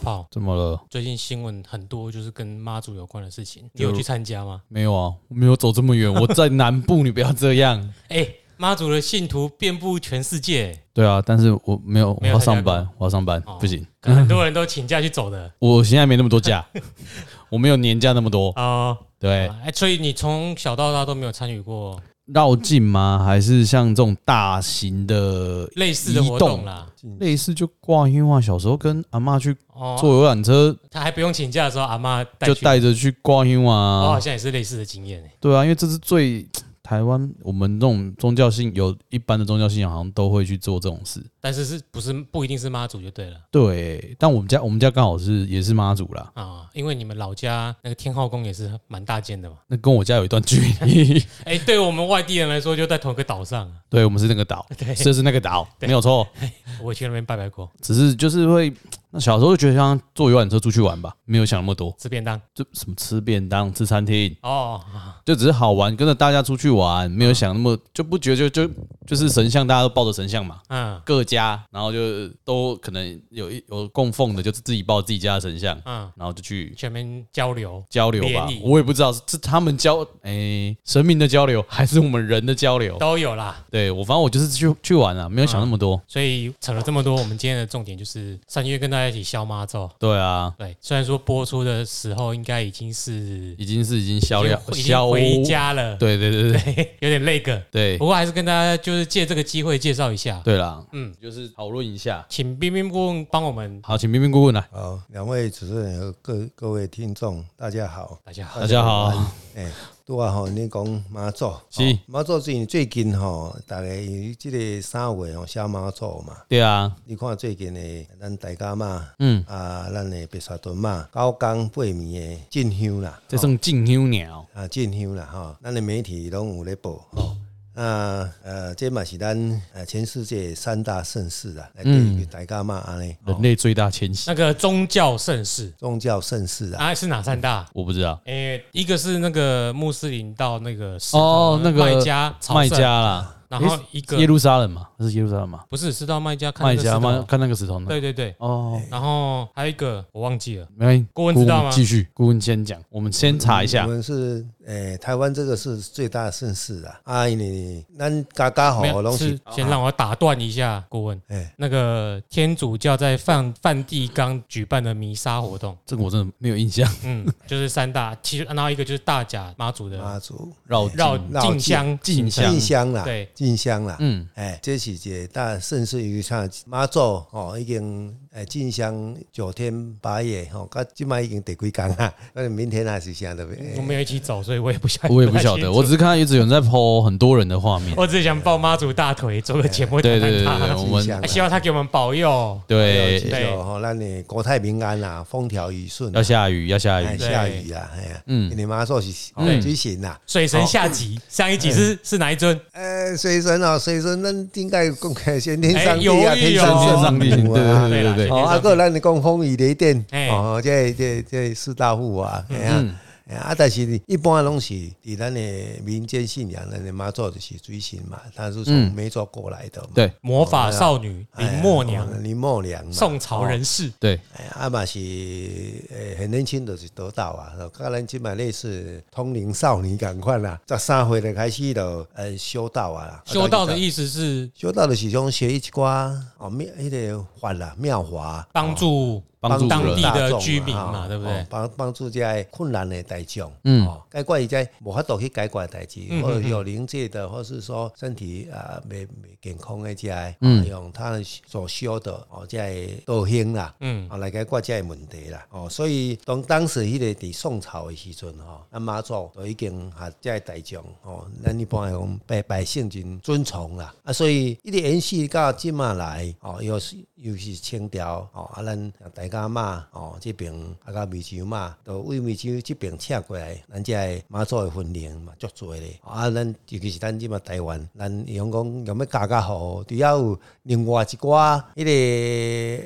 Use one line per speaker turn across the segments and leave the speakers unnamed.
炮，
怎么了？
最近新闻很多就是跟妈祖有关的事情，你有
就
去参加吗？
没有啊，我没有走这么 远，我在南部，你不要这样。
哎、妈祖的信徒遍布全世界，
对啊，但是我没有，我
没有
要
参加
上班，我要上班，
哦
不行，
可能很多人都请假去走的
我现在没那么多 假，我没有年假那么多。
哦。
对，
哎、所以你从小到大都没有参与过
绕境吗？还是像这种大型的，
类似的活动啦。
类似就挂，因为我小时候跟阿嬷去
哦，
坐游览车，
他还不用请假的时候，阿妈带
就
去。
带着去挂因为
我
啊
好。像也是类似的经验、欸、
对啊，因为这是最台湾我们这种宗教信有一般的宗教信仰，好像都会去做这种事。
但是是不是不一定是妈祖就对了
对，但我们家我们家刚好是也是妈祖啦，
啊、因为你们老家那个天后宫也是蛮大间的嘛。
那跟我家有一段距离。
哎、对我们外地人来说，就在同一个岛上啊，
对，我们是那个岛，就是那个岛，没有错。
我去那边拜拜过，
只是就是会，那小时候就觉得像坐游览车出去玩吧，没有想那么多，
吃便当。
就什么吃便当、吃餐厅，
哦，
就只是好玩，跟着大家出去玩，没有想那么就不觉得就就就是神像，大家都抱着神像嘛。
嗯
各家，然后就都可能有一有供奉的，就是自己抱自己家的神像，
嗯，
然后就去
全面交流。
交流吧
联谊。
我也不知道是是他们交诶、神明的交流，还是我们人的交流。
都有啦，
对我，反正我就是去去玩啊，没有想那么多。
所以扯了这么多，我们今天的重点就是三月跟大家一起消妈咒。
对啊，
对，虽然说播出的时候应该已经是
已经是已经消
已
了
经已
消
经回家了，
对对对对
有点累个，
对
不过还是跟大家就是借这个机会介绍一下，
对啦，
嗯
嗯，就是讨论一下。
请冰冰顾问帮我们。
好，请冰冰顾问来。
好，两位主持人和各各位听众，大家好。
大家好，
大家好，
诶，拄啊吼，你讲妈祖，
是
哦妈祖最近最近吼，大概有即个三月吼写妈祖嘛。
对啊，
你看最近的咱大家嘛，
嗯，
啊，咱的白沙屯嘛，九江八面的进香啦，哦
这算进修鸟，
啊进香啦吼，咱的媒体拢有咧报吼。那呃，这嘛是咱呃全世界三大盛事啊，来对大家嘛安尼，
嗯人类最大迁徙，
那个宗教盛世
宗教盛事啊，
啊是哪三大？
我不知道。
诶，一个是那个穆斯林到那个石头
哦，那个
麦加朝
卖
圣，
家啦，
然后一
耶
个
路撒冷嘛，是耶路撒冷嘛，
不是是到麦加看
卖
那个石
家
头
嘛，看那个石头呢。
对对对，
哦，
然后还有一个我忘记了，
没关系，
顾问知道吗嗯
继续，顾问先讲，我们先查一下
我。们是诶、台湾这个是最大的盛事啊！啊，你咱家家
没
好
有
哦东
是
西，哎
先让我打断一下，顾问。
诶，
那个天主教在梵梵蒂冈举办的弥撒活 动，
这个我真的没有 印象。
嗯，就是三大，其实然后一个就是大甲妈祖的
妈祖
绕
绕
境
啊绕
进
境
香
进香
进香啦，
对，
进香啦，
嗯，
诶、这是一个大盛事，有像妈祖哦，已经诶进香九天八夜吼，噶即摆已经第几工啊？ 那明天还是啥的？
我
嗯
诶
没有一起走，所以我也不晓
我也不晓
太清
得，
楚
我只是看到一直有人在 PO 很多人的画 面。
我只是想抱妈祖大腿做个节
哎
目
对
谈
对
谈
对对对，
她，
我
进香
们
希望她给我们保
哦
佑。
对
对
就吼，咱的国泰民安啦，风调雨顺啦，
要下雨，要下
哎
雨。
对
下雨啦，哎呀，
嗯
你妈祖是
嗯
水神啊啦。
水神下集上一集是是哪一尊？
呃，水神哦，水神，咱应该公开先天上帝
哎犹
啊，
豫哦
天上
天上帝，对
父
对
啊。
对对对
对
对，
哦，啊，个咱你讲风雨雷电
哎，嗯
哦，这这这四大户啊，哎呀，哎呀啊，但是一般拢是伫咱的民间信仰，咱的妈祖就是水神嘛，他是从梅州过来的嘛，
对
魔法少女嗯
哎
林
呀，
默娘，
哦林默娘嘛，
宋朝人士。
对，
哎呀，啊嘛是诶、很年轻就是得到啊，甲咱即摆类似通灵少女共款啦，十三岁就开始就呃修道啊啦，
修道的
意。
意思是
修道就是讲学一寡哦妙迄个法啦妙法，
帮助
帮助
当
人
地
大众
的
啊
居民嘛，
哦
对不对
哦？帮帮助这些困难的大众，
嗯
哦，解决一些无法度去解决的代志，
嗯嗯
或者有灵界的，或是说身体啊未未健康的这些，
嗯
哦用他所修的哦这些道行啦。
嗯，
啊，来解决这个问题啦。哦，所以当当时迄个伫宋朝的时阵吼，啊妈祖都已经啊这个大众哦，咱一般来讲百百姓真尊崇啦。啊，所以一直延续到即嘛来哦，又是又是清朝哦，啊咱大家嘛哦这边啊甲湄洲嘛，都为湄洲这边请过来，咱这个妈祖的分灵嘛足多咧。啊，咱尤其是咱即嘛台湾，咱用讲用要家家户户，除了有另外一寡迄、个。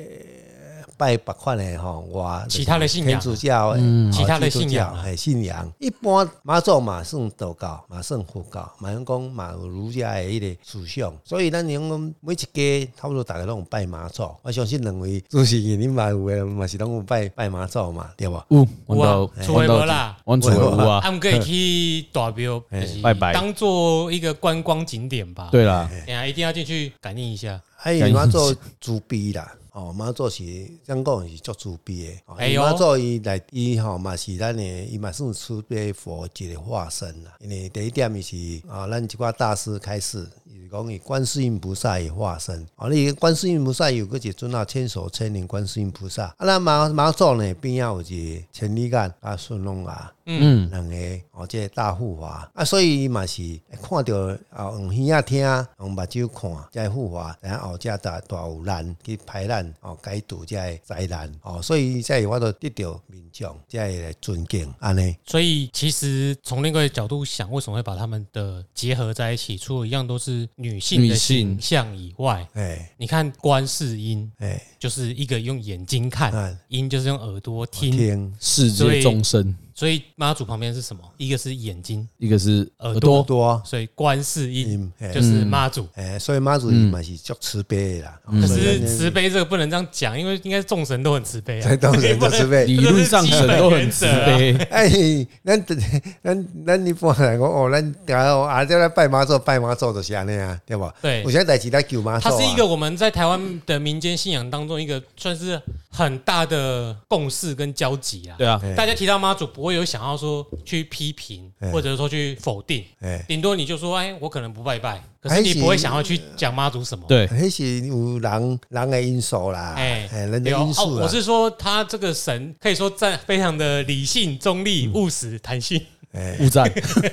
拜别款的吼，我
其他的信仰啊
天主教的，
其他的
嗯基督
信仰啊
教哎，信仰一般妈祖嘛算道教，嘛算佛教，嘛用讲嘛有儒家的迄个思想，所以咱用讲每一家差不多大家拢有拜妈祖，我相信两位主持人恁嘛有诶，嘛是拢有拜拜妈祖嘛，对无？
有，
有啊
哎
厝的无啦
阮厝的有啊，
他们可以去大庙，就是
拜拜
当做一个观光景点吧。，
对啦，
哎呀，一定要进去感应一下。
还有啊妈祖自卑啦。哦，妈祖是讲讲是足自卑的。哦
哎
因
呦
为妈祖伊来伊吼嘛是咱的，伊嘛算慈悲佛一个化身啦。因为第一点伊是啊，咱即寡大师开始，伊是讲伊观世音菩萨的化身。哦，你观世音菩萨有个一尊啊，千手千灵观世音菩萨。啊，咱妈妈祖呢边仔有一个千里眼啊，顺龙啊。
嗯，
两个哦，即、个大护法啊，所以伊嘛是会看着啊，用耳仔听，用目睭看，即个护法，然后后只大大有难去排难哦，解度即个灾难哦，所以才会我都得到民众，才会来尊敬安尼。
所以其实从另一个角度想，为什么会把他们的结合在一起？除了一样都是女性
女
的
性
形象以外，
哎
你看观世音
哎，
就是一个用眼睛看，
哎
啊，
音就是用耳朵听，
听
世界众生，
所以妈祖旁边是什么？一个是眼睛，
一个是
耳
耳
朵
朵，
多
所以观世音
音哎
就是妈祖。
哎，所以妈祖伊嘛是足慈悲的啦。
嗯
可
哦所以咱
是慈悲这个不能这样讲，因为应该众神都很慈悲啊
这， 当然就慈悲。
理论上神都很慈悲，
哎，咱咱咱一般来讲哦，咱然后啊，叫来拜妈祖，拜妈祖就是安尼啊，对无？
对
有啥代志来求妈祖
它
啊？
是一个我们在台湾的民间信仰当中一个算是很大的共识跟交集啊。
对啊，
哎
大家提到妈祖，不会有想要说去批评
哎，
或者说去否定，
哎，
顶多你就说，哎，我可能不拜拜，可
还
是你
行
不会想要去讲妈祖什么。
对，
迄是有人人的因素啦，哎
哎，
人的
有
因
哦，
素
我
啦。
是说他这个神可以说在非常的理性、中立、务实、弹性。
误赞，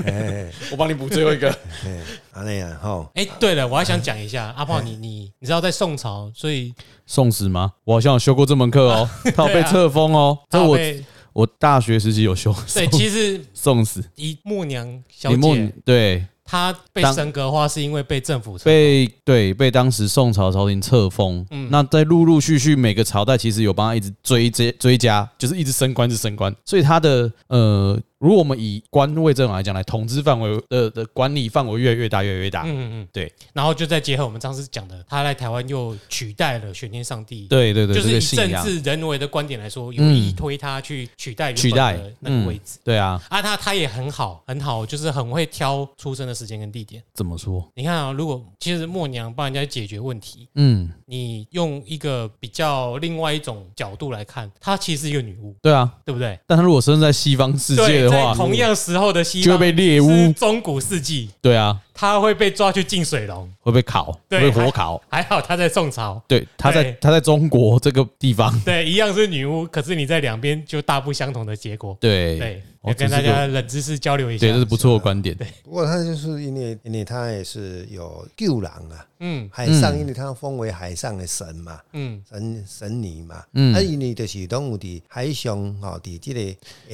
哎，
我帮你补最后一个，
哎安尼啊，吼，
哎，对了，我还想讲一下，阿炮，你你你知道在宋朝，所以
宋史吗？我好像有修过这门课哦，他有被册封哦，这
啊他
我
被
我大学时期有修
对，其实
宋史，
以默娘小
李默
姐
对
她被
当
神格化，是因为被政府被
被对被当时宋朝朝廷册封，
嗯
那在陆陆续续每个朝代其实有帮他一直追追追加，就是一直升官，一直升官，所以他的呃，如果我们以官位这种来讲，来统治范围的的管理范围越来越大，越来越大，
嗯嗯嗯
对，
然后就再结合我们上次讲的，她在台湾又取代了玄天上帝，
对对对，
就
这
是
个
以
信
政
仰
治人为的观点来说，有意推他去取代
取
原
代
本的那个位置。
对啊，
啊，他他也很好，很好，就是很会挑出生的时间跟地点。
怎么说？
你看啊，如果其实默娘帮人家解决问题，
嗯，
你用一个比较另外一种角度来看，她其实是一个女巫，
对啊，
对不对？
但他如果生在西方世界
对，
的
在
话，
同样时候的西
就会
方
被猎
是
巫，
中古世纪，
对啊，
她会被抓去浸水笼。
会被烤，会
对
被火烤。
还好她在宋 朝，
对，他在
对
他在中国这个地方，
对，一样是女巫，可是你在两边就大不相同的结果。
对
对，
哦
也跟
这
大
是个
家冷知识交流一下。
对，这是不错的观点。
不过他就是因为因为他也是有救人啊，
嗯
海上因为他封为海上的神嘛，
嗯，
神神女嘛，
嗯
啊，因为就是拢有伫海上吼，伫即个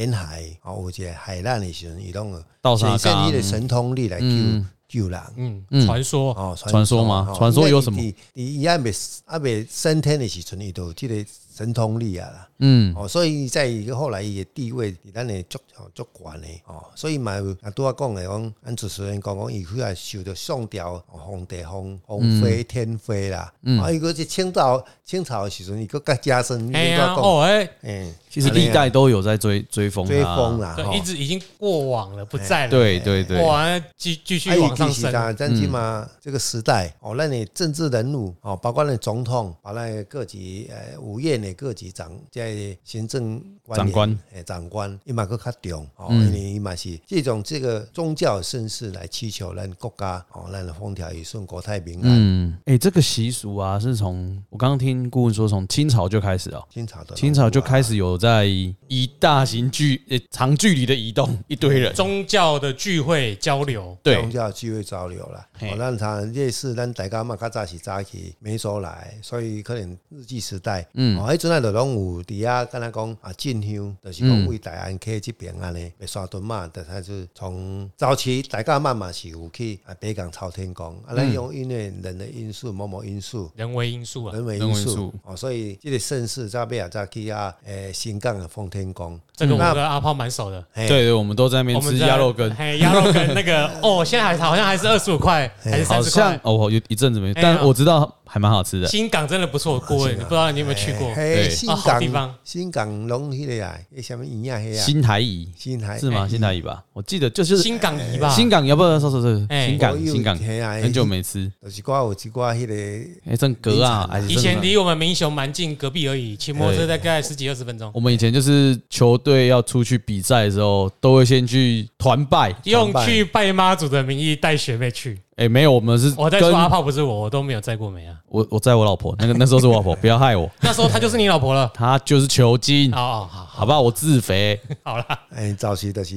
沿海吼，有一个海难的时阵，伊拢有
到啥
显现
岗
伊？的神通力来
嗯
救救人。
嗯
嗯，
传说
哦，
传说吗传说有什么
你伊阿未阿未升天的时阵，伊就有即个神通力啊啦。
嗯，
哦，所以在伊后来伊的地位，伫咱的足哦足悬的哦，所以嘛有啊，拄啊讲的讲，咱主持人讲讲，伊去啊受到宋朝皇帝封皇妃、天妃啦，
嗯
啊，伊个是清朝清朝的时阵，伊个更加深，
哎
你
呀
拄啊
哦哎，
讲，哎，
其实历代都有在追追风，啊
追风。啦，
对
哦
吼
一直已经过往了，不在了。，
对对对，
啊
哎
哇，那继继续
还有
往
其
上
实
升。
啊，咱起
嗯
码这个时代哦，咱的政治人物哦，包括咱的总统，把咱的各级呃五院的各级长在行政官员
长官嗯
诶长官，伊嘛佫较重哦，因为伊嘛是这种这个宗教的盛世来祈求咱国家哦，咱的风调雨顺，国泰民安。
嗯，哎，这个习俗啊，是从我刚刚听顾问说，从清朝就开始哦。
清朝
啊
的
清朝就开始有在以大型距呃长距离的移动一堆人，
宗教的聚会交流，
宗
对
教聚会交流啦，
嘿
哦，咱常夜市，咱大家嘛较早是早起，没所来，所以可能日据时代，嗯，哦，迄阵啊，就拢有伫遐，敢若讲啊进香，就是
嗯
讲为大安溪即边安尼，白沙屯嘛，就开始从早期大家嘛嘛是有去啊北港朝天宫，啊，
嗯
咱用因为人的因素、某某因素、
人为因素啊，
人为
人
因
为因
素
素
哦，所以即个盛世再尾啊，再去啊，诶，新港的奉天宫，
这个我
那
跟阿炮蛮熟的。
嘿
对对，我们都在那边
哎我
吃
们在哎
鸭肉羹，
嘿，鸭肉羹那 个哦，现在还好像还是二十五块，还是
好
三十
像
块。
哦，我有一阵子没，
哎呀
但我知道还蛮好吃的。
新港真的不错，各位，
新
你
啊
港
不知道你有没有去过？
嘿
对
新
啊好地
港
方，
新港拢迄个啊，迄什么营养迄啊，
新台椅
新海
是吗？新台椅吧，我记得就是
哎新港怡吧，
新港，要不要说说说
哎
新港
我有
新港，
嘿啊
很久没吃，
就是我有一寡迄个
哎，正格啊，还是
以
正
前
格
离我们民雄蛮近，隔壁而已，骑摩托车大概十几二十分钟。
我们以前就是球队要出去比赛的时候，都会先去团拜。
用去拜妈祖的名义带学妹去，
哎、没有，我们是
我在
跟
说阿炮不是我，我都没有载过梅 啊。
我我在我老婆那个那时候是我 老婆，不要害我，
那时候她就是你老婆了。
她就是球精，
哦哦，好，
好吧，我 自肥。
好啦，
哎，早时就是，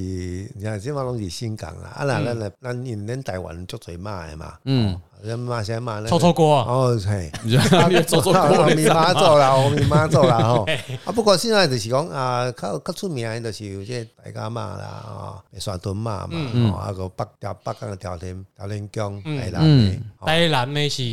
你看即嘛拢是新港啦，啊
嗯
那咱来咱因咱台湾足侪骂的嘛，嗯，咱骂啥骂？
臭臭锅啊，
哦， 嘿，
你就做做过
我
了，
咪妈 做啦，我咪妈做啦吼。啊，不过现在就是讲啊，较较出名的就是有这大家嘛啦，哦，白沙屯嘛嘛，哦，啊个北调北港的调天调天宫，哎啦，
嗯嗯
嘿
呆兰妹是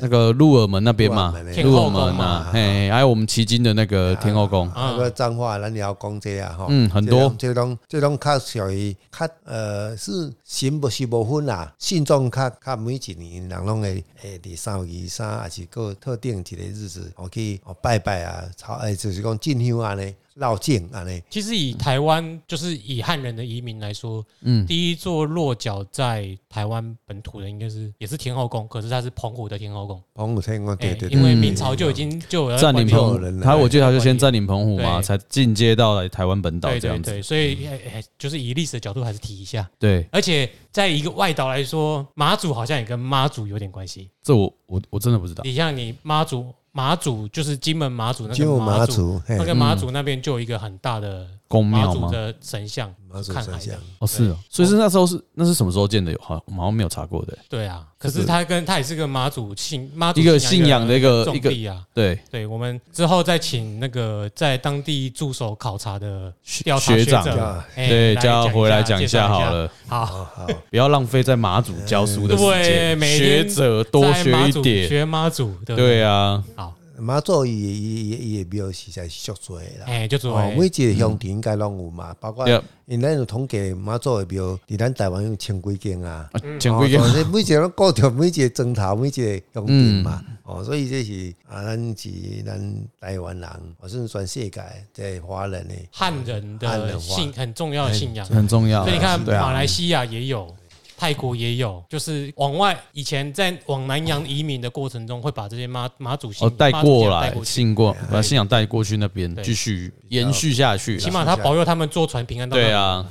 那个鹿耳门那边嘛
鹿耳门那，
边
鹿耳
天后
门
宫
啊
嘛，
嘿，还有我们旗津的那个天后宫，
啊个脏话咱也要讲这啊吼，
嗯很多
这种这种较属于较呃是信不是无分啦，信众较较每一年人拢会诶伫三月二三还是个特定一个日子，我去哦拜拜啊，朝诶就是讲进香安尼绕境安尼。
其实以台湾就是以汉人的移民来说，
嗯
第一座落脚在台湾本土的应该是也是天后宫，可是它是澎湖的天后宫，
澎湖天宫
哎
对对
因
对，
为明朝就已经就有在
占
管
领
理
澎湖
澎
人
湖，
来
他我记得他就先占领澎湖嘛，
对
才进阶到来台湾本岛
对
这
对
样子。
对，所以哎哎就是以历史的角度还是提一下，
对，
而且在一个外岛来说，马祖好像也跟妈祖有点关系。
这我我我真的不知道。
你像你妈祖，妈祖就是金门妈祖那
金
个
门
妈
嗯马
祖，
祖，嘿
哎
那，个妈祖那边就有一个很大的
宫
妈
庙
祖
嗯吗？
的神像，
马祖
看
神
海
像
的。
哦，是哦，所以是那时候是那是什么时候建的？有好，我们好像没有查过的。
对啊，可是他跟他也是个妈祖信妈祖
一个信仰的一个
重地啊。
对，
对，我们之后再请那个在当地驻守考察的调查
学
者
长，
哎
对，
来
叫他回来讲
一
一
下
下好。了，
介绍一下好，
哦好，
不要浪费在马祖教书的时
对
间，
每
学
天
者多
在
学
妈
一
祖
点。
学妈祖，对不
对啊，
好，
马祖伊伊伊伊庙实在是足多啦。
哎，就做
哦，每一个乡镇应该拢有嘛，包括
Yep
因咱有统计马祖的庙，伫咱台湾有千几间啊。
嗯
前规
哦
个
所以每一个拢顾着每一个砖头，每一个乡镇嘛。哦，所以这是啊，咱是咱台湾人，或是全世界在华人的
汉人
汉人
的
化
信很重要的信仰，
很重要。
所以你看，
对
马
啊，
来西亚也有，泰国也有，就是往外以前在往南洋移民的过程中，会把这些妈妈祖信
哦，带
妈祖信
过
仰带
来
过，去，
信过，把信仰带过去那边，
对
继续延续下去啦。
起码他保佑他们坐船平安到那里。
对啊，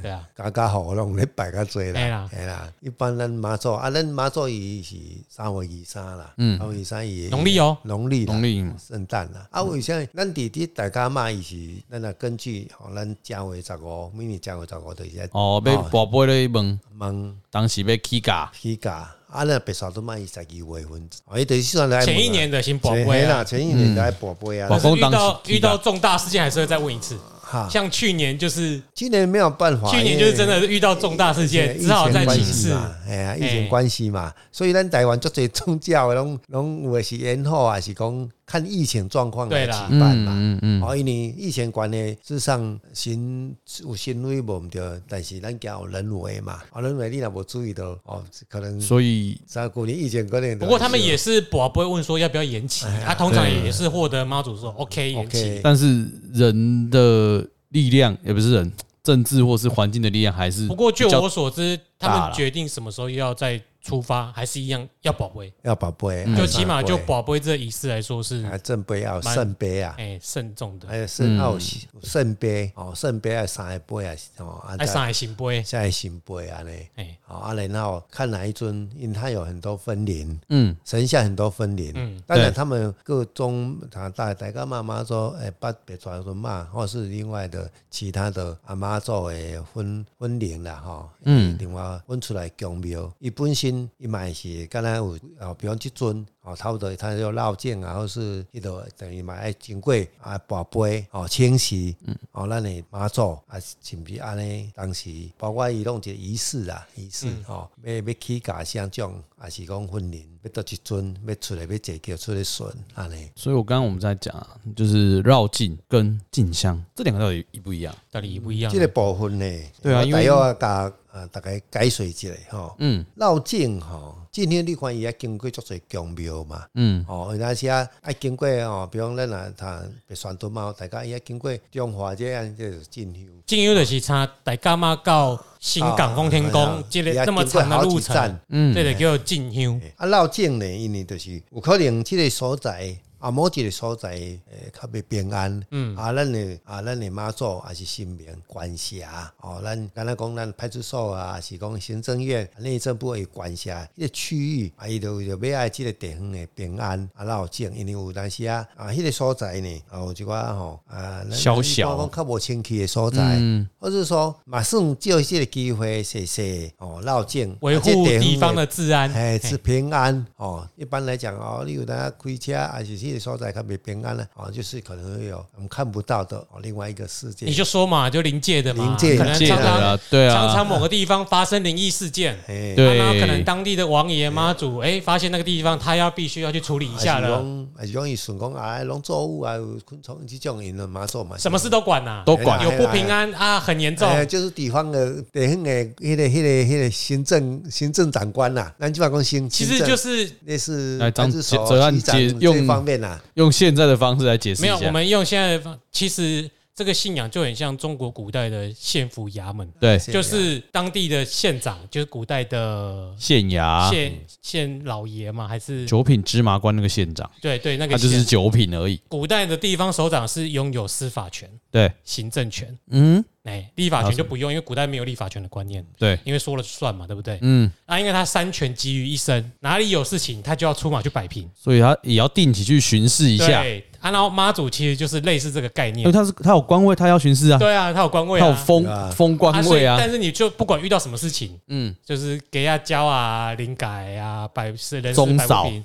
对啊，
家家户户拢咧拜较济
嘿
啦
啦，
系啦。一般咱马祖啊，咱马祖伊是三月二三啦，三月二三伊
农历哦
农历啦
农历嘛
圣诞啦。啊，为啥咱弟弟大家嘛伊是咱若根据吼咱正月十五，每年正月十五就是在
哦，被宝贝了一问，
问
当时被 K 嘎，
起价，啊，咱白沙都嘛伊十二月份，哦，伊就是算来问啦
前一年的新宝
前
贝
嘿
啊
啦，，前一年就来博杯啊
宝
但
宝
是遇到遇
当时
到重大事件还是会再问一次。
哈，
像去年就是
今年没有办法，
去年就是真
因为
的遇到重大事件，
疫
只好
情
再
关
请
系
示。
嘛，哎呀，疫
哎
情关系嘛，所以咱台湾足侪宗教的拢拢有的是延后啊，还是讲看疫情状况
对
来举
啦
办嘛。
嗯嗯，
哦，因为疫情关系，事实上行有行为无毋对，但是咱惊有人为嘛，啊人为你若无注意到，哦，可能
所以
三旧年疫情可能
不
就。
过他们也是宝贝问说要不要延期，他通常也是获得妈祖说 OK 延期
OK。
但是人的力量也不是人，政治或是环境的力量还是
不过据
嗯比较
我所知，
大啦
他们决定什么时候要再出发，还是一样要保杯，
要宝贝，
嗯就起码就
宝
保杯这仪式来说是
啊，正杯要
蛮
圣杯啊，
哎慎重的，
还有圣奥圣杯哦，圣杯要三个杯啊，哦，啊
爱上海行杯，
再来圣杯安尼，
哎
哦啊，然后看哪一尊，因为它有很多分灵，
嗯
神像很多分灵，
嗯
当然
对
他们各宗啊大大家妈妈说，哎，八别传说嘛，或是另外的其他的阿妈做的分分灵啦，哈，
嗯
另外分出来供庙，伊本身伊嘛是，敢若有哦，比方即尊。哦，差不多他就绕境啊，或是迄个等于嘛爱经过啊跋杯哦清洗，哦咱的妈祖啊，甚至安尼当时包括伊弄一个仪式啊，仪式哦，要要起家相奖，还是讲婚礼要倒一尊，要出来要坐轿出来巡安尼。
所以我刚刚我们在讲啊，就是绕境跟进香这两个到底一不一样？
到底一不一样
嗯这？个部分呢，
对啊
我
因为
大要甲啊大概解释一下吼。
嗯
绕境吼，今天你看伊也经过足侪宫庙嘛，
嗯，
哦，有当时啊，啊经过哦，比如讲咱啊，他白山屯嘛，大家伊啊经过中华这样这就是进香。
进优的是差大伽马到新港奉天宫
啊，
这
也
个
经
那么长的路程
过好几站，
嗯，这个叫进修。
啊，绕境呢，因为就是有可能即个所在啊，某一个所在诶，较袂平安。嗯，啊，咱的啊，咱的妈祖还是新民管辖哦，咱敢若讲咱派出所啊，还是讲行政院、内政部会管辖迄、那个区域，啊，伊就就要爱即个地方的平安啊，绕境，因为有当时啊，啊，迄、个所在呢，啊，有一寡吼啊，咱
宵小嗯
一般讲较无清气的所在，
嗯
或是说马上借即个机会，谢谢哦，绕境
维
啊这
护
地
地
方
方
的
的治安，
哎，是平安哦。一般来讲哦，你有当开车，还是这个所在较袂平安了哦，就是可能会有我们看不到的哦，另外一个世界
你。就说嘛，就临界的嘛，
临界
可能
界的
常常
啦对啊
常常某个地方发生灵异事件，
哎，
对
那可能当地的王爷妈祖，哎，发现那个地方他要必须要去处理一
还是
下
哎
了，
讲，还是讲伊想讲啊，农作物啊，有昆虫这种因的嘛做嘛，
什么事都管呐，
都管
有不平安啊，很严重，
哎，就是地方的地方的迄个、迄个、迄个行政行政长官呐，咱就话讲行，
其
行
实
政
就是
类似
来张
派出所
责任
局长
解
这
用
方面啊呐，
用现在的方式来解释一
没有。我
下。
们用现在的方，其实这个信仰就很像中国古代的县府衙门，
对，
谢谢啊
就是当地的县长，就是古代的
县衙
县县老爷嘛，还是
九品芝麻官那个县长，
对对那
他
个
就是
县。
九品而已。
古代的地方首长是拥有司法权、
对，
行政权，
嗯，
哎，立法权就不用，因为古代没有立法权的观念，
对，
因为说了算嘛，对不对？
嗯，
啊，因为他三权集于一身，哪里有事情他就要出马去摆平
所以他也要定期去巡视一下，
对，啊，然后妈祖其实就是类似这个概
因
念
为，他是他有官位，他要巡视啊，
对啊，他有官位
他
啊，
有
对啊
封封官
啊所以
位啊，
但是你就不管遇到什么事情，
嗯，
就是给他教啊、灵改啊、摆是人事
中
摆
扫
不平，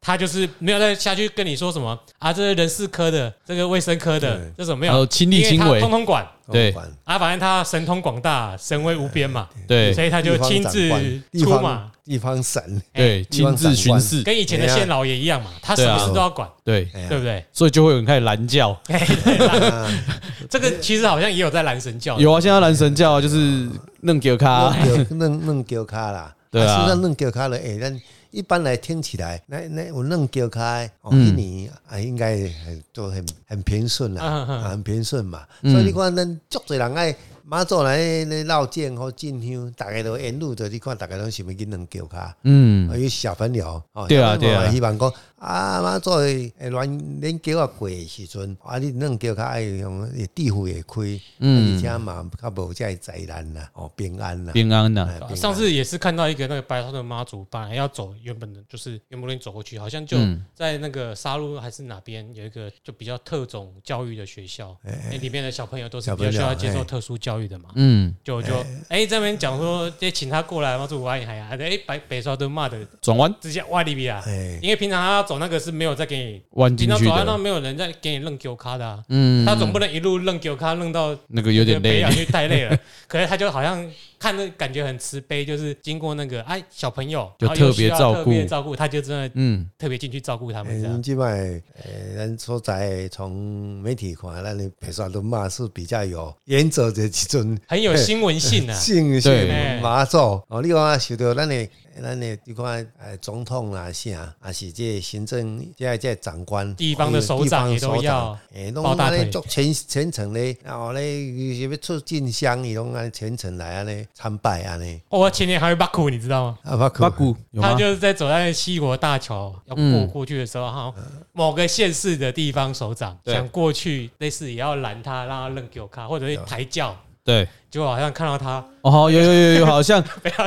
他就是没有再下去跟你说什么啊，这是人事科的，这个卫生科的
对，
这种没
然后
有，
亲力亲
因为他
为
通，通管。
对
哦管
啊，反正他神通广大，神威无边嘛，
对
所以他就
地方
亲
长
自
官地
出
方
马，
地方神，
对，
地方哎
亲自巡视，
跟以前的县老爷一样嘛，他什么事都要管，
对，啊
哎呀
对不 对？
所以就会有人开始拦轿。
嘿对啦这个其实好像也有在蓝神教，
有啊，现在蓝神教就是弄给他，
弄叫弄弄叫卡啦，
啊对啊
事实上弄叫卡了，哎、咱一般来听起来，那那我弄叫卡，哦，
嗯
一年啊，应该很都很很平顺啦，
啊啊
啊，很平顺嘛，
嗯
所以你看咱足多人爱。马祖来咧绕境或进香，大家都沿路的，你看大家都想要去弄叫卡，
嗯
啊，，有小朋友，哦
对啊
小朋友
对啊
嘛希望讲啊，马祖诶乱恁叫啊过的时阵，啊，你弄叫较爱用地户会开，
嗯
而且嘛较无遮灾难啦，哦，平安啦，
平安呐
哎，平安
上次也是看到一个那个白头的妈祖，本来要走原本的，就是原本路走过去，好像就
嗯
在那个沙鹿还是哪边有一个就比较特种教育的学校，那里面的小朋友都是
哎小
比
朋
较
友
需要接受
哎
特殊教育的嘛，
嗯，
就就哎这边讲说，哎请他过来，妈祖我爱你，哎哎白北沙都骂的
转弯
直接哇里比啊，
哎，
因为平常他走那个是没有再给你，
弯进
平常
去
走在那
的，
没有人在给你扔丢卡的、啊，
嗯，
他总不能一路扔丢卡扔到
那个有点
北
累
洋，去太累了。 可是他就好像看着感觉很慈悲，就是经过那个哎小朋友，
就
然后又
特别
需要
照
特别
顾哎
照顾，他就真的
嗯，
特别进去照顾他们这
嗯，
样。
即摆诶，咱所在从媒体看，咱的白沙屯嘛是比较有原则的一阵
很有新闻 性啊，
性
哎
性马祖哦，你看受到咱的咱的你看诶，总统啦啥，啊是这个行政这这长官，
地方的首长也都要
诶，
抱
拢
大
安
腿
尼足全全程咧，然后咧要出进香，伊拢安尼全程来安尼参拜安尼，
哦我前年还会巴库，你知道吗？
啊，
八
包括
股有
他
吗？
就是在走在西国大桥要过
嗯
过去的时候，哈、某个县市的地方首长
对
想过去，类似也要拦他，让他扔给我看，或者是抬轿，
对，
结果好像看到他
哦，好有有有有，好像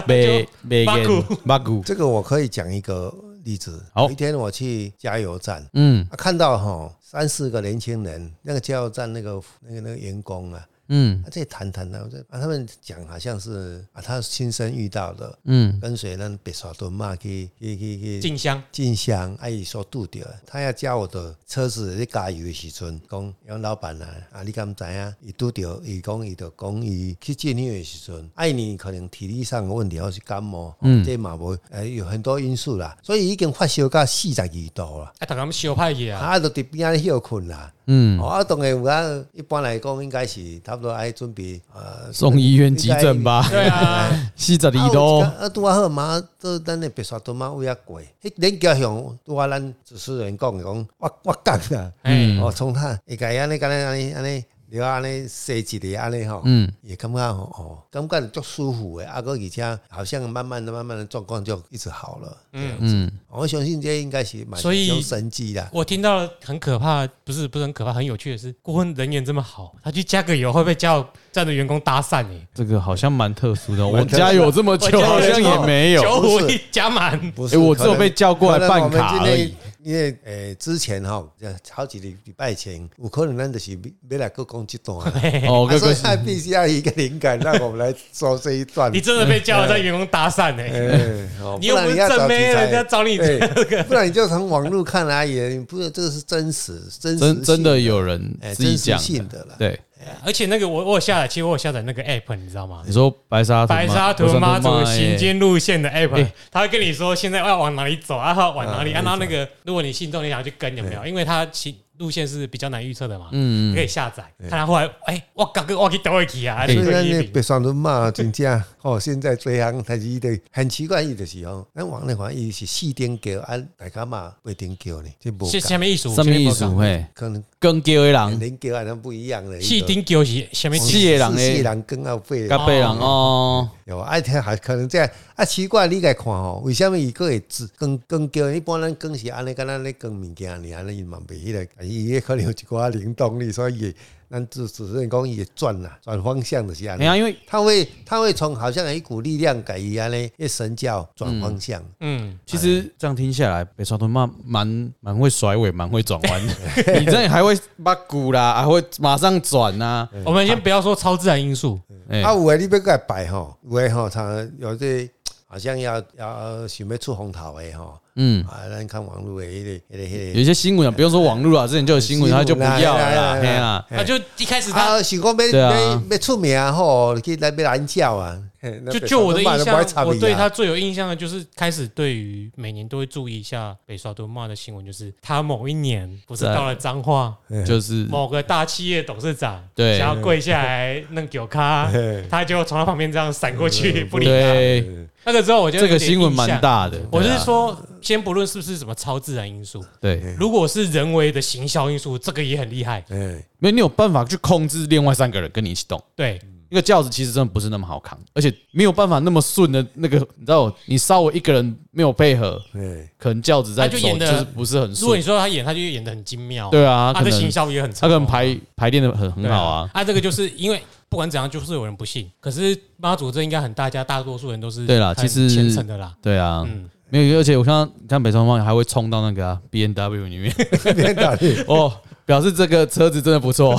没有
北北
八股
八股，
这个我可以讲一个例子。
好
有一天我去加油站。
嗯
啊，看到哈三四个年轻人，那个加油站那个那个那个员工啊，
嗯
啊，这谈谈呢，这啊，他们讲好像是啊，他亲身遇到的，
嗯
跟随咱白沙屯嘛去去去去
进香
进香，啊，伊所拄着，他要叫我的车子咧加油的时阵，讲杨老板啊，啊，你敢知影？伊拄着，伊讲伊就讲伊去进香的时阵，爱你可能体力上的问题，或是感冒，嗯，这嘛无，呃，有很多因素啦，所以已经发烧到四十二度啦。
啊，大家小派去啊，
啊，就伫边仔休困啦。
嗯，
哦，啊，当然有啊。一般来讲，应该是差不多爱 准备呃
送医院急诊吧，
对啊，
西泽里
啊，有一
都
天，啊，拄啊好嘛，都咱的白沙墩嘛有遐贵。迄恁家乡拄啊，咱主持人讲的讲，我我讲啦，
哎，
嗯
哦，从他会家安尼，敢若安尼安尼，了安尼洗一个安尼吼，
嗯，
也感觉吼哦，感觉足舒服的，啊，个而且好像慢慢的、慢慢的状况就一直好了。哦
嗯，
嗯，
我相信这应该是蛮
所以
有神迹啦。
我听到很可怕，不是不是很可怕，很有趣的是，顾问人员这么好，他去加个油会被加油站的员工搭讪哎，
这个好像蛮特殊的。我
蛮特殊的
家有这么久，好像也没有。
九
不
五
是
一加 满，
不
哎，我只
可
有
能
被叫过来办卡而已。。
呃因为诶，之前哈，好几礼礼拜前，有可能咱就是要来个讲这段啊，
哦，
啊
哥
所
哥
以，他必须要有一个灵感，让我们来说这一段
你。真的被加油站员工搭讪哎，
哎，哦
你又不
然
是
要找
正
题
妹，
材
人家找你
哎 不然你就从网络看而已，你不是这个是真实真实
真真的
的
有人
哎
自己
真实
讲
性的了。
对，
而且那个我我有下载，其实我有下载那个 app，你知道吗
你？说白沙屯吗
白沙屯妈祖行，
哎
经路线的 app，
哎
他会跟你说现在要往哪里走，然后往哪里，啊然后那个如果你信众你想要去跟有没有？因为它行路线是比较难预测的嘛，
嗯，
可以下载。看他后来，哎，我刚刚我去倒一去啊，
所以咱那
你
北上都骂真正哦，现在这样，但是伊的很奇怪，伊就是哦，咱往那看伊是四点叫，啊，大家嘛八点叫呢，这无
是下面艺术，
什么意思？嘿，
可能
跟给为狼，
人叫啊，咱不一样的。
戏丁九是下面
四个人
四
诶
个，人更要背
甲背人哦，
有啊，听还可能这样啊，奇怪，你来看吼、为什么伊个会只更更叫？一般咱更是安尼，敢若咧更物件呢，安尼伊嘛袂迄个，啊伊迄可能有一寡灵动力，所以伊会咱只只能讲伊会转啦，转方向就是安
哎
尼。
呀，因为
他会他会从好像有一股力量给伊安尼，一神教转方向。
嗯，
其实这样听下来，北沙屯妈蛮蛮会甩尾，蛮会转弯的。 你这样还会八股啦，还会马上转呐。
嗯
我们先不要说超自然因素，
哎
啊，，有诶，你要过来摆吼，有诶吼，他有这好像要要想要出风头诶吼，
嗯，
啊，咱看网络诶迄个迄个迄
有
个。
一些新闻啊，不用说网络啊，之前就有新
哎
闻，他就不要了啦，嘿啊啦。
那就一开始他
啊，想讲要
对啊
要要出名吼，去来要拦轿啊！嘿
就就我的印象，我对，
那北上都卖得不爱插你
他
啊
最有印象的就是开始对于每年都会注意一下北刷多骂的新闻，就是他某一年不是
在
到了彰化
就是
某个大企业董事长，
对
想要跪下来弄酒咖，
嘿
他就从他旁边这样闪过
嗯
去不理他。
对
那个之后我就
这
有
个
点
新闻
印
蛮
象。
大的。
我
对
是
啊，
说，先不论是不是什么超自然因素，
对，
如果是人为的行销因素，这个也很厉害。
哎，
没有你有办法去控制另外三个人跟你一起动。
对，
一个轿子其实真的不是那么好扛，而且没有办法那么顺的那个，你知道，你稍微一个人没有配合，
哎，
可能轿子在
他
走
就演
就
得
是不是很
如果你说
顺。
他演，他就演的很精妙。
对啊，
他
可
的行
能
销也很成
他
功，
可能排排练的很很
对
好啊。
啊，这个就是因为不管怎样，就是有人不信。可是妈祖这应该很大家大多数人都是
对啦
很
其实
虔诚的啦。
对啊，
嗯，
没有，而且我看到你看北川方还会冲到那个啊 B N W 里面
别打 你，
哦，表示这个车子真的不错，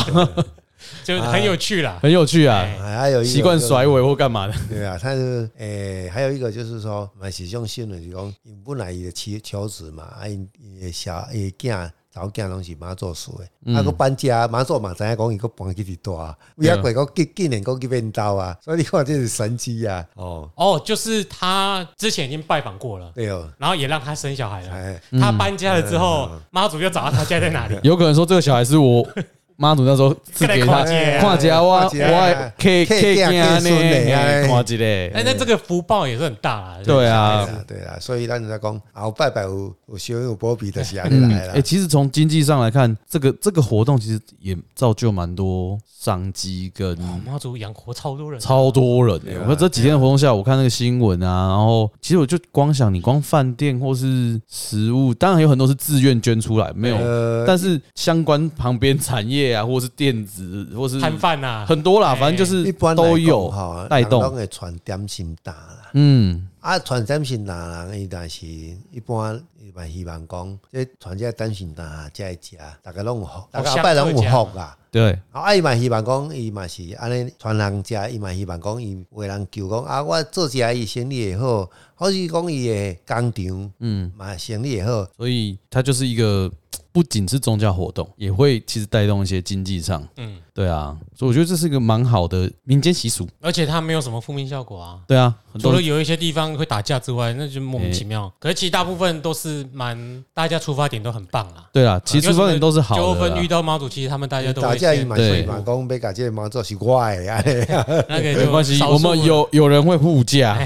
就
啊
很有趣啦。
很有趣啊，
哎
还有一个
习惯甩尾或干嘛的。。
对啊，他是诶，还有一个就是说，蛮是种新闻，就是讲，因本来伊的妻求子嘛，啊，因伊的小伊囝。查某囝拢是妈做事的，啊个搬家妈做嘛，知影讲伊个搬去伫大，为啊过个竟竟然讲去变道啊，所以你看这是神机啊！哦，
哦，就是他之前已经拜访过了，
对哦，
然后也让他生小孩了。
哎，
他搬家了之后，妈祖就找到他家在哪里
有可能说这个小孩是我妈祖那时候赐给他
跟他跨界啊
跨家我我
跨界啊
可以可
客
以
家
呢，
客孙的啊
嘿跨界嘞
哎，，那这个福报也是很大啦。
对
对
啊。
啦，对啦，所以咱在讲后拜拜有有小有波比的是安尼
嗯，
来
哎、
啦。
其实从经济上来看，这个这个活动其实也造就蛮多商机跟
哦妈祖养活超多人，
超多人、
啊
欸。我看这几天的活动下，我看那个新闻啊，然后其实我就光想，你光饭店或是食物，当然有很多是自愿捐出来，没有，
呃，
但是相关旁边产业业啊，或是电子，或是
摊贩呐，
很多啦，
哎
反正就是
啊一般来
都
讲
有
哈，
带
人拢
动。
会传点心打啦。
嗯，
啊，传点心打人，伊但是一般伊嘛希望讲，这传这点心打才会食，大家拢有福，大家后摆拢有福啦。
对，
啊，伊嘛希望讲，伊嘛是安尼传人食，伊嘛希望讲，伊为人求讲啊，我做食伊生意会好，或是讲伊的工厂，嗯，嘛生意会好。
所以它就是一个不仅是宗教活动，也会其实带动一些经济上。嗯，对啊，所以我觉得这是一个蛮好的民间习俗。
而且它没有什么负面效果啊。
对啊，很
除
多
了有一些地方会打架之外，那就莫名其
哎
妙。可是其实大部分都是蛮，大家出发点都很棒啦。
对啊，其实出发点都是好
纠
的啦
纷遇。到妈祖，其实他们大家都
打
会
架伊
先
嘛
对
希望讲，要甲这个妈祖是我的，安尼啊，
那个
没
就
关系，
少数哎
我们有有人会护驾，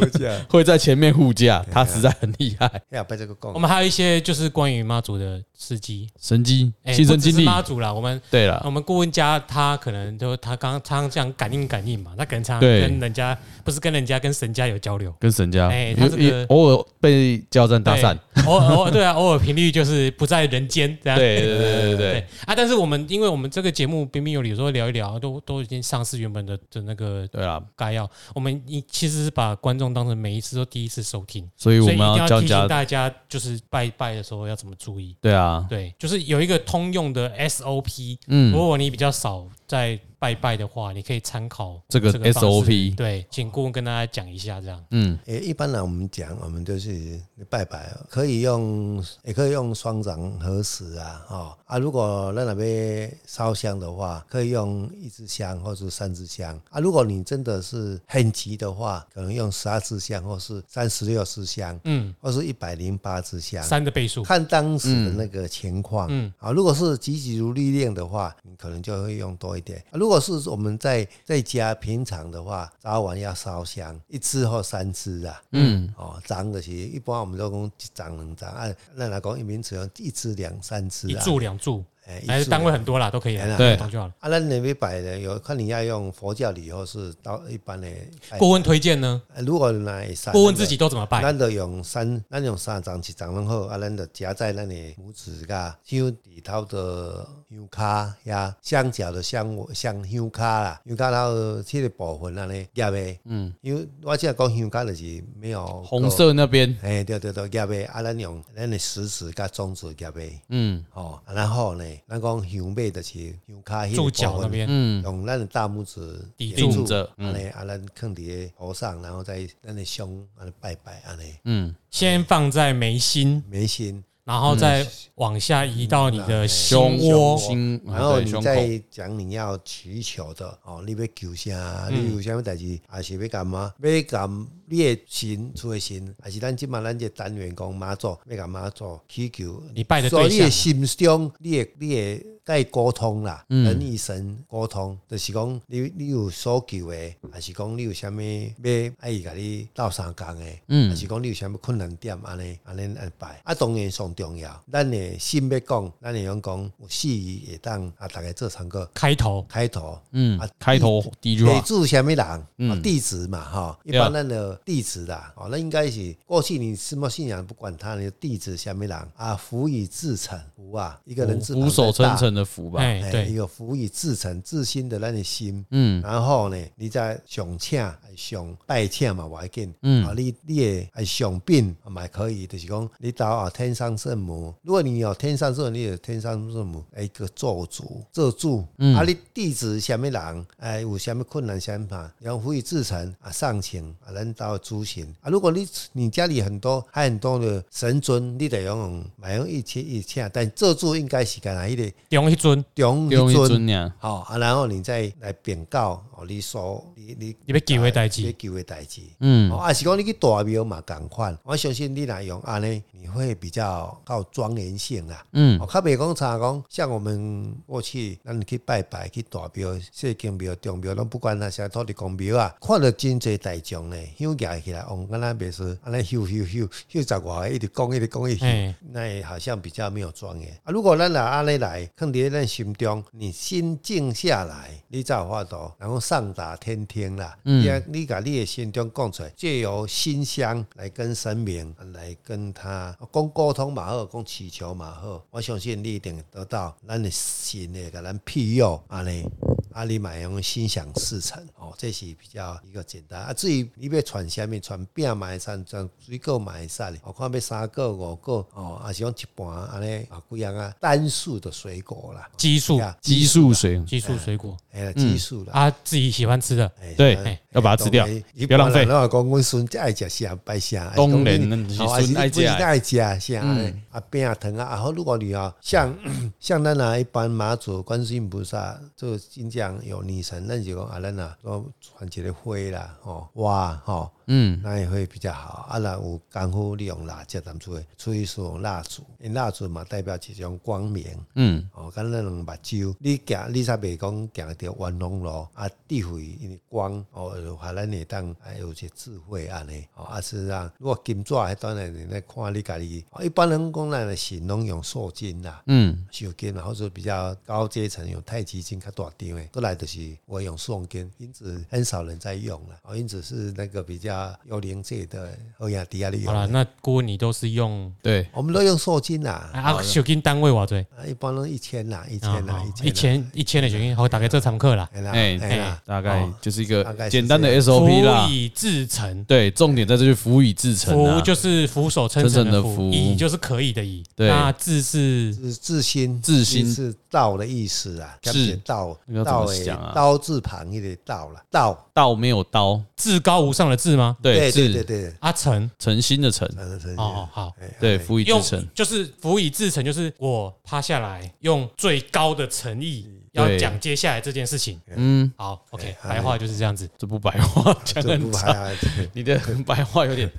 我讲，
会在前面护驾，
啊
他实在很厉害，
要别这个讲
我。们还有一些就是关于妈祖的事迹，
神机
哎
亲身
不只
经
是嗯
历。
妈祖啦，我们
对了，
我们顾问家他可能就他刚刚常常这样感应感应嘛，他可能常常
对
跟人家不是跟人家跟神家有交流，
跟神家
哎他
有
这个
也偶尔被加油站搭讪。
对，偶尔偶尔对啊，偶尔频率就是不在人间这样。
对对对对 对
对
对
啊，但是我们因为我们这个节目彬彬有礼，有时候聊一聊都都已经丧失原本的的那个
对啊啦，
概要，我们一其实是把观众当成每一次都第一次收听，
所以我
所以
们
一定
要
要
教
提醒
大家。
大家，就是拜拜的时候要怎么注意。
对啊，
对，就是有一个通用的 SOP，
嗯
如，果你比较少在拜拜的话，你可以参考
这个
方式
SOP
对，请顾问跟大家讲一下，这样
嗯，
诶，一般来我们讲，我们就是拜拜，可以用，也可以用双掌合十啊，哦啊，如果在那边烧香的话，可以用一支香或是三支香啊。如果你真的是很急的话，可能用十二支香或是三十六支香，
嗯，
或是一百零八支香。
三的倍数。
啊
看当时的那个情况，嗯，啊，如果是急急如律令的话，你可能就会用多一点；啊如果是我们在在家平常的话，早晚要烧香一支或三支啊，嗯，哦，长的是一般我们都讲一长两长，啊，那来讲一名词一支两三支
一
啊，
柱两柱，
哎，一
还是
柱
单位很多啦，都可以
哎
啦，
呀
对
懂就好了。
啊，那那边摆的有看你要用佛教礼或是到一般的，哎
顾问推荐呢？
啊如果来三
顾问
那个
自己都怎么拜？
咱就用三，咱用三张一张拢好，啊，咱就夹在咱的拇指甲，香底头的香卡呀，香脚的香香香卡啦，香卡头这个部分安尼夹的，嗯，因为我只讲香卡就是没有
红，色那边，
哎，对对对，夹的，啊，咱用咱的食指甲中指夹的，
嗯
哦，啊然后呢，咱讲香尾就是香卡迄
柱
个
脚
部
那
分。
边，
嗯，
用咱的大拇指
抵嗯
点
住着
安尼啊，咱放伫个头上，然后再咱的胸安尼拜拜安尼，
嗯先放在眉心，
眉心，
然后再往下移到你
嗯
的心
嗯胸
窝。
心，啊
嗯
然后
对
你
胸口，
再讲你要祈求的哦，你要求啥，
嗯
你有啥物代志，还是要干嘛？要干你的神，厝的神，还是咱即嘛咱这单元讲妈祖，要干妈祖祈求。
你拜的
所
对
以你的
象，
心中，你的你的甲伊沟通啦，人与神沟通，就是讲你你有所求的，还是讲你有啥物要爱伊甲你斗相共的，还是讲你有啥物困难点安尼安尼安排。啊，当然上重要，咱的心要讲，咱会用讲有四意会当啊，大家做参考。
开头
开头，
嗯
啊，
开头第一句
地
话，
主什么人？啊，地址嘛，哈，一般咱的地址啦，哦，那应该是过去你什么信仰不管他，你的地址什么人啊？福以至诚，福啊，一个人字旁
俯首
再大
称臣的俯吧，
哎
哎，
对
一，个福以至诚，至心的咱的心，
嗯，
然后呢，你再上请、哎上拜请嘛，我要紧。嗯，啊，你你也还上病嘛也可以，就是讲你到啊天上圣母，如果你有天上圣母，你有天上圣母哎一个做主做主，啊，你地址什么人，哎，有什哎么困难想法，然后辅以至诚啊上请啊，咱到诸行啊，如果你你家里很多还很多的神尊，你得用买用一切一切，但做主应该是干哪一个
用一尊，
中
用一
一尊
尊呀，
好、啊，然后你再来禀告哦，你所你你
你要求的代
你要
志，
求的代志，
嗯
哦，啊是讲你去大庙嘛，共款，我相信你来用安尼，你会比较较庄严性啦。
嗯
哦，较袂讲差讲，像我们过去，咱去拜拜去大庙、细间庙、中庙，拢不管那啥土地公庙啊，看到真济大众呢，香夹起来，哦往敢若袂说，安尼咻咻咻咻十外个，一直讲一直讲一直
哎
讲，那也好像比较没有庄严。啊，如果咱若安尼来，放伫咱心中，你心静下来，你才有法度，然后上达天听啦。嗯，你你把你的心中讲出来，借由心香来跟神明来跟他啦，讲沟通嘛好，讲祈求嘛好，我相信你一定会得到咱的神的给咱庇佑安尼。啊，你嘛会用心想事成哦，这是比较一个简单啊。至于你要传啥物，传饼嘛会使，传水果嘛会使哩。我看要三个、五个哦，还是讲一盘安尼啊，几样啊，单数的水果啦，
激素
呀
激素
啊
水，
激素水果
哎呀，激素啦。
啊，自己喜欢吃的，
哎
啊对
哎
要把它吃掉
当然
不要浪费
一般人都会讲阮孙子爱食啥，拜啥。
当然
哎
咱是
哦还
孙爱
你本身
吃的啊嗯
爱食啥的啊饼啊糖啊。然后如果你啊，像 像咱啊一般妈祖、观世音菩萨，就真正有女神，咱就讲啊，咱啊，都传一个花啦，吼哇吼，
嗯，
那也会比较好。啊，若有功夫利用蜡烛，咱出去出去使用蜡烛，因为蜡烛嘛代表一种光明。
嗯，
哦，敢咱两目睭，你行你才袂讲行着冤枉路啊，智慧因为光哦，就话咱会当还有一个智慧安尼哦，啊是啊，如果金纸迄当然你来看你家己，哦一般人讲咱的神拢用塑金啦。
嗯，
是有金啦，或者比较高阶层有太极金较大张诶，过来就是我用宋金，因此很少人在用了，哦，因此是那个比较有灵界的欧亚迪亚利
好了，
啊用的，
那郭你都是用
对，
我们都用塑金啦，
啊，啊小金单位哇对，
啊，一般人一千啦，一
啊
千啦，
一
一千啦，
千一千的小金，好，打开这堂课啦，
哎啦，
哎
哎啦。
大概
哦
就是一
大
个
概是
简单的
这样
SOP 啦
辅。以至诚，
对，重点在这就是辅以至诚
福
啊，
就是俯首称臣
称臣的
的
福
福，以就是可以的以，
对
那至是
是自心，
自心
是道的意思啊，
自
是道
那个怎
道
么
诶
讲啊，
刀字旁一个道啦，道，
道没有刀，
至高无上的至吗？
对，
对对
至
对，呃
阿诚，
诚心的诚，
对对
哦，好，
哎
对，
哎
辅以
用
至诚，
就是辅以至诚，就是我趴下来，用最高的诚意要
对
讲接下来这件事情。
嗯，
好，OK，
嗯哎
白话就是这样子。
这不白话讲
这
很
不
长，
还还对
你的白话有点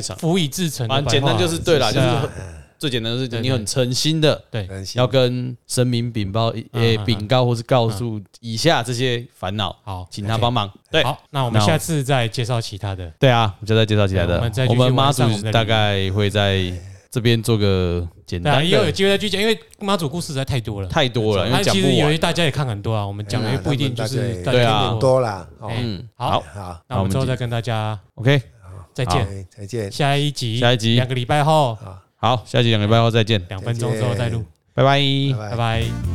长，
辅以至诚的白
反
话，
正简单就是对啦，就
对啊
哎
是最简单的是
对
你很诚心的
对，
担心
要跟神明禀报，诶，
嗯嗯嗯
禀告或是告诉以下这些烦恼，
好
请他帮忙。对，
好，那我们下次再介绍其他的。
对啊，我们就再介绍起来的
对我们再。继
我
续
们妈
往
祖
上我们的
大
礼
概会在这边做个简
对啊，
单
以后有
的，
机会再去讲，因为妈祖故事实在太多了。
太多了，因为
那
讲
其
不
实有些
完。
大家也看很多啊，我们讲的
哎
也
呀
不一定
他
就
们大概
是
对啊
很
很。多啦，哦，
哎
嗯，
好
好
好，
那我们之
好我
后
们
再跟大家
，OK，
再见，
哎再见。
下一集，
下一集
两个礼拜后，
好，下集两个礼拜后再见，
两分钟之后再录，
拜拜，
拜
拜
拜。